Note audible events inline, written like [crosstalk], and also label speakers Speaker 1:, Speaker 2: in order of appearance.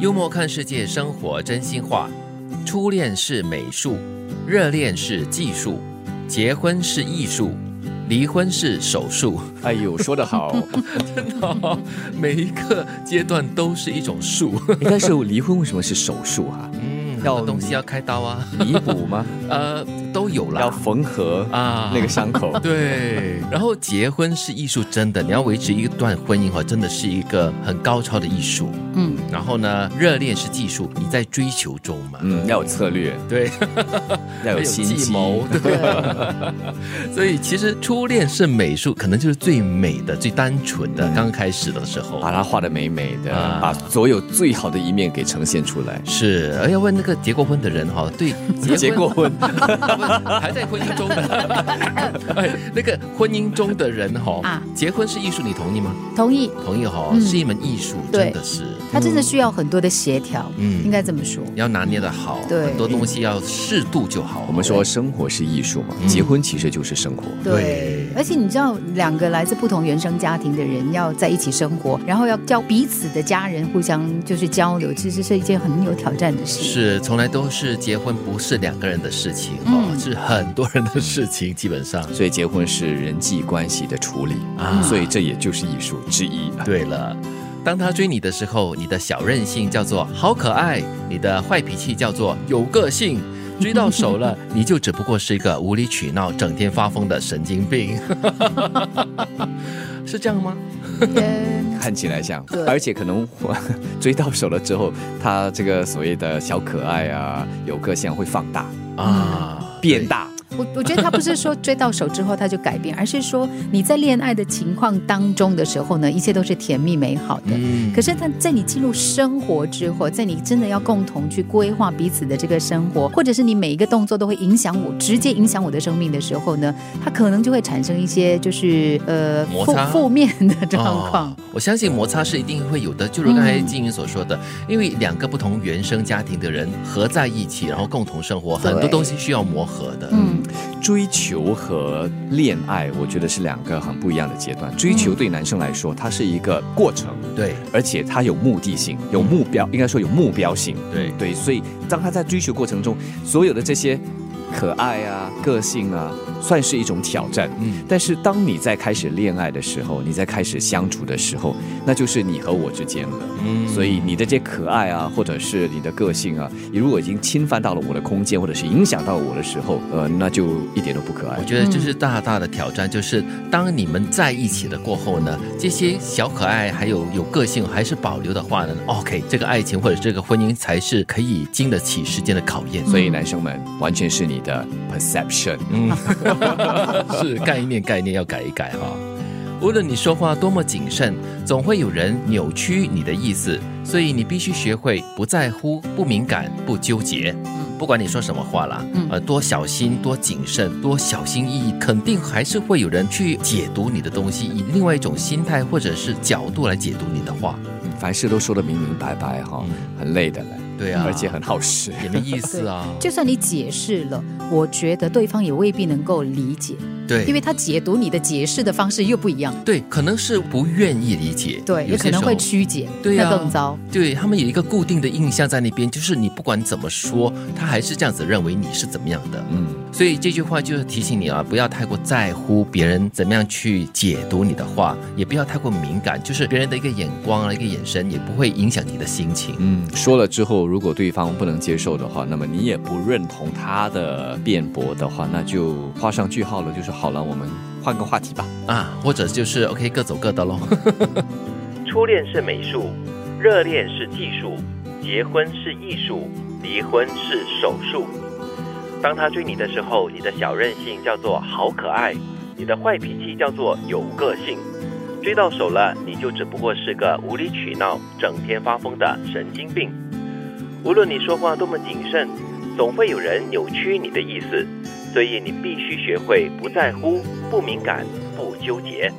Speaker 1: 幽默看世界，生活真心话。初恋是美术，热恋是技术，结婚是艺术，离婚是手术。 [laughs]
Speaker 2: 哎呦，说得 [laughs] 好！
Speaker 1: 真的哦、每一个阶段都是一种术。
Speaker 2: 诶但是离婚为什么是手术啊？
Speaker 1: 嗯，
Speaker 2: 要
Speaker 1: 东西要开刀啊，
Speaker 2: 弥补吗？
Speaker 1: 呃，都有
Speaker 2: [laughs] 要
Speaker 1: 啦。
Speaker 2: 缝合
Speaker 1: 啊
Speaker 2: 那个伤 [laughs] 口？
Speaker 1: 对，然后结婚是艺术，真的，你要维持一段婚姻哦，真的是一个很高超的艺术。
Speaker 3: 嗯，
Speaker 1: 然后呢，热恋是技术，你在追求中嘛。
Speaker 2: 嗯，要有策略，
Speaker 1: 对，
Speaker 2: 要
Speaker 1: 还
Speaker 2: 有
Speaker 1: 有
Speaker 2: 心
Speaker 1: 计
Speaker 2: 机。 [laughs]
Speaker 1: 谋，对。 [laughs] 所以其实初恋是美术，可能就是最美的、最单纯的，
Speaker 2: 嗯
Speaker 1: 刚开始的时候。
Speaker 2: 把它画的美美的，
Speaker 1: 啊
Speaker 2: 把所有最好的一面给呈现出来。
Speaker 1: 是，哎而要问那个结过婚的人哈，对，结
Speaker 2: 结过 [laughs] 婚，
Speaker 1: 婚还在婚姻中的，哎，那个婚姻中的人哈
Speaker 3: 啊，
Speaker 1: 结婚是艺术，你同意吗？
Speaker 3: 同意，
Speaker 1: 同意哈，
Speaker 3: 嗯
Speaker 1: 是一门艺术，
Speaker 3: 对
Speaker 1: 真的是，
Speaker 3: 他真的需要很多的协调，
Speaker 1: 嗯
Speaker 3: 应该这么说。
Speaker 1: 要拿捏的好，
Speaker 3: 对
Speaker 1: 很多东西要适度就好。
Speaker 2: 我们说生活是艺术嘛，
Speaker 1: 嗯
Speaker 2: 结婚其实就是生活。
Speaker 1: 对
Speaker 3: 对，而且你知道，两个来自不同原生家庭的人要在一起生活，然后要教彼此的家人互相就是交流，其实是一件很有挑战的事。，
Speaker 1: 是，从来都是结婚不是两个人的事情哦，
Speaker 3: 嗯
Speaker 1: 是很多人的事情，基本上。
Speaker 2: 所以结婚是人际关系的处理
Speaker 1: 啊
Speaker 2: 所以这也就是艺术之一。
Speaker 3: [laughs]
Speaker 1: 对了，当他追你的时候，你的小任性叫做好可爱，你的坏脾气叫做有个性。追到手
Speaker 3: [laughs]
Speaker 1: 了，你就只不过是一个无理取闹、整天发疯的神经
Speaker 3: [laughs]
Speaker 1: 病，是这样吗？
Speaker 3: 嗯，
Speaker 2: [laughs] 看起来像
Speaker 3: 对，
Speaker 2: 而且可能我 [laughs] 追到手了之后，他这个所谓的小可爱啊、有个性会放大、
Speaker 3: 嗯
Speaker 1: 啊，
Speaker 2: 变大。
Speaker 3: 我我觉得他不是说追到手之后他就改变，而是说你在恋爱的情况当中的时候呢，一切都是甜蜜美好的。
Speaker 1: 嗯
Speaker 3: 可是他在你进入生活之后，在你真的要共同去规划彼此的这个生活，或者是你每一个动作都会影响我，直接影响我的生命的时候呢，它可能就会产生一些就是呃
Speaker 1: 摩
Speaker 3: 负
Speaker 1: 擦
Speaker 3: 负面的状况。
Speaker 1: 哦我相信摩擦是一定会有的，就如刚才静云所说
Speaker 3: 嗯
Speaker 1: 的，因为两个不同原生家庭的人合在一起，然后共同生活，
Speaker 3: 对
Speaker 1: 很多东西需要磨合的。
Speaker 3: 嗯，
Speaker 2: 追求和恋爱，我觉得是两个很不一样的阶段。追求对男生来说，它是一个过程，
Speaker 1: 对
Speaker 2: 而且它有目的性、有目标，应该说有目标性。
Speaker 1: 对
Speaker 2: 对，所以当他在追求过程中，所有的这些可爱啊、个性啊，算是一种挑战。
Speaker 1: 嗯，
Speaker 2: 但是当你在开始恋爱的时候，你在开始相处的时候，那就是你和我之间了。
Speaker 1: 嗯
Speaker 2: 所以你的这些可爱啊，或者是你的个性啊，你如果已经侵犯到了我的空间，或者是影响到我的时候，呃，那就一点都不可爱
Speaker 1: 我。觉得这是大大的挑战，就是当你们在一起了过后呢，这些小可爱还有有个性还是保留的话呢，OK，这个爱情或者这个婚姻才是可以经得起时间的考验。
Speaker 2: 所以男生们，完全是你的 perception。
Speaker 1: 嗯， [laughs] 是概念概念要改一改哈、无论你说话多么谨慎，总会有人扭曲你的意思，所以你必须学会不在乎、不敏感、不纠结。不管你说什么话啦，
Speaker 3: 嗯
Speaker 1: 呃，多小心、多谨慎、多小心翼翼，肯定还是会有人去解读你的东西，以另外一种心态或者是角度来解读你的话。
Speaker 2: 凡事都说的明明白白哈、
Speaker 1: 嗯
Speaker 2: 很累的嘞，
Speaker 1: 对啊，
Speaker 2: 而且很耗时。
Speaker 1: 也没意思啊。
Speaker 3: [laughs] 就算你解释了，我觉得对方也未必能够理解，
Speaker 1: 对，
Speaker 3: 因为他解读你的解释的方式又不一样。
Speaker 1: 对，可能是不愿意理解，
Speaker 3: 对，
Speaker 1: 有
Speaker 3: 也
Speaker 1: 些
Speaker 3: 可能
Speaker 1: 时
Speaker 3: 会
Speaker 1: 候
Speaker 3: 曲解，
Speaker 1: 对啊
Speaker 3: 那更糟。
Speaker 1: 对他们有一个固定的印象在那边，就是你不管怎么说，他还是这样子认为你是怎么样的。
Speaker 2: 嗯，
Speaker 1: 所以这句话就是提醒你啊，不要太过在乎别人怎么样去解读你的话，也不要太过敏感，就是别人的一个眼光啊，一个眼神也不会影响你的心情。
Speaker 2: 嗯，说了之后，如果对方不能接受的话，那么你也不认同他的辩驳的话，那就画上句号了。就是好了，我们换个话题吧。
Speaker 1: 啊，或者就是 OK 各走各的喽。
Speaker 4: [laughs] 初恋是美术，热恋是技术，结婚是艺术，离婚是手术。当他追你的时候，你的小任性叫做好可爱，你的坏脾气叫做有个性。追到手了，你就只不过是个无理取闹、整天发疯的神经病。无论你说话多么谨慎，总会有人扭曲你的意思，所以你必须学会不在乎、不敏感、不纠结。